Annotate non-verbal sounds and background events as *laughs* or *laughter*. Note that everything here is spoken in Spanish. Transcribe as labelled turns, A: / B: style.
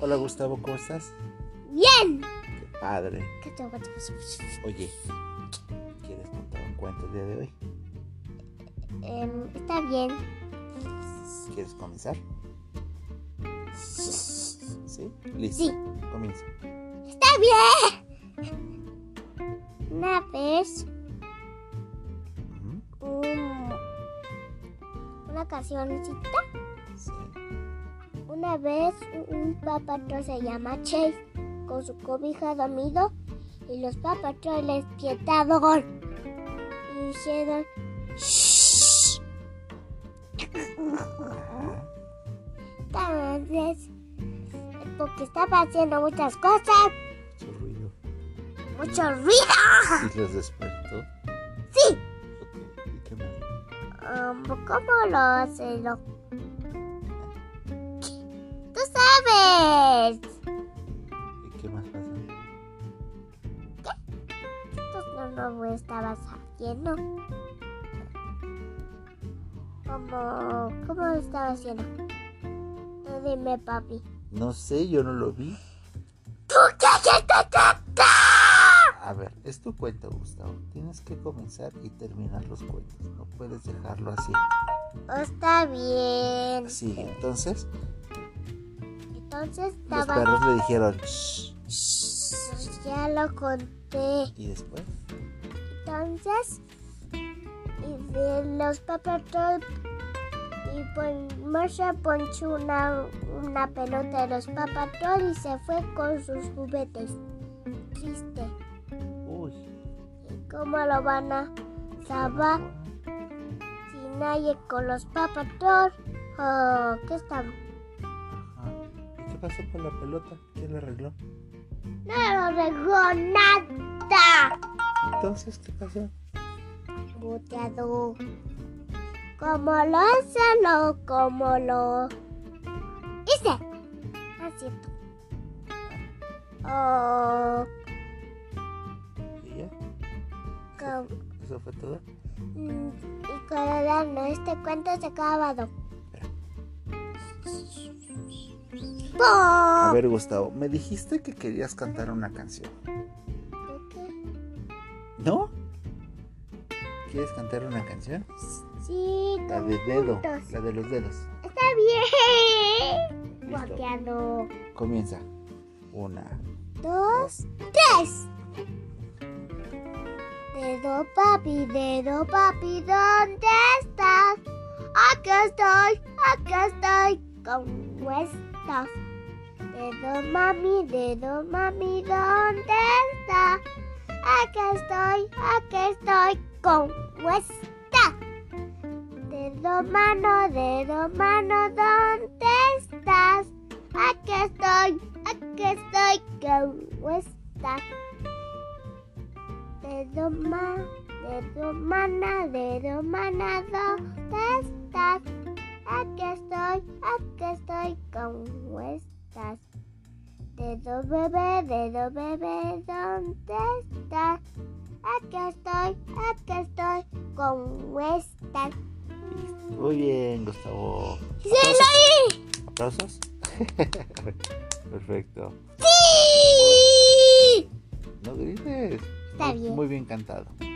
A: Hola Gustavo, ¿cómo estás?
B: *laughs* Bien.
A: Qué padre.
B: ¿Qué te gusta?
A: Oye, ¿quieres contar un cuento el día de hoy?
B: Em, está bien.
A: ¿Quieres comenzar? ¿Sí? Listo.
B: Sí.
A: Comienza.
B: Está bien. *laughs* Una vez
A: Ujú.
B: un- una cancioncita.
A: Sí.
B: Una vez un papato se llama Chase con su cobija dormido y los papatos le despiertaron y hicieron
A: Ajá.
B: entonces porque estaba haciendo muchas cosas,
A: Mucho ruido.
B: mucho ruido,
A: ¿Y los despertó?
B: sí.
A: Ok, ¿Y qué más?
B: Um, ¿Cómo lo hace? Lo... Tú sabes.
A: ¿Y qué más pasa?
B: Pues no lo estabas haciendo. ¿Cómo, cómo lo estabas haciendo? Tú dime, papi.
A: No sé, yo no lo vi.
B: ¿Tú qué
A: A ver, es tu cuento, Gustavo. Tienes que comenzar y terminar los cuentos. No puedes dejarlo así.
B: Oh, Está bien.
A: Sí, entonces
B: Entonces
A: los
B: estaba...
A: perros le dijeron "Shh",
B: Ya lo conté.
A: y después
B: Entonces... Y de los papatos... Y pon, Marsha ponchó una, una pelota de los papatos y se fue con sus juguetes. Triste.
A: Uy.
B: ¿Cómo lo van a salvar si nadie con los papatos? Oh, ¿Qué estamos?
A: Ajá. ¿Y qué pasó con la pelota? ¿Quién la arregló?
B: No lo regó nada.
A: Entonces, ¿qué pasó?
B: Boteado. ¿Cómo lo hacen o cómo lo hice? Ah, cierto. Oh,
A: ¿Y ya?
B: co-
A: ¿Eso fue todo?
B: mm, y colorando, este cuento se ha acabado. ¡Pum!
A: A ver, Gustavo, me dijiste que querías cantar una canción.
B: ¿Por qué?
A: ¿No? ¿Quieres cantar una canción?
B: Sí,
A: La
B: con-
A: de dedo.
B: Juntos.
A: La de los dedos.
B: está bien.
A: Listo.
B: Guateando.
A: Comienza. Una.
B: Dos, tres. Dedo papi, dedo papi, ¿dónde estás? Aquí estoy, aquí estoy, ¿cómo estás? Dedo mami, dedo mami, ¿dónde estás? Aquí estoy, aquí estoy, ¿cómo estás? Dedo mano, dedo mano, ¿dónde estás? Aquí estoy, aquí estoy, ¿cómo estás? Dedo ma, dedo mana, dedo mana, ¿dónde estás? Aquí estoy, aquí estoy, ¿cómo estás? Dedo bebé, dedo bebé, ¿dónde estás? Aquí estoy, aquí estoy, ¿cómo estás?
A: Muy bien, Gustavo.
B: ¡Sí, lo hice!
A: ¿Aplausos? *laughs* Perfecto.
B: ¡Sí!
A: No grites.
B: Está
A: Muy-
B: bien.
A: Muy bien cantado.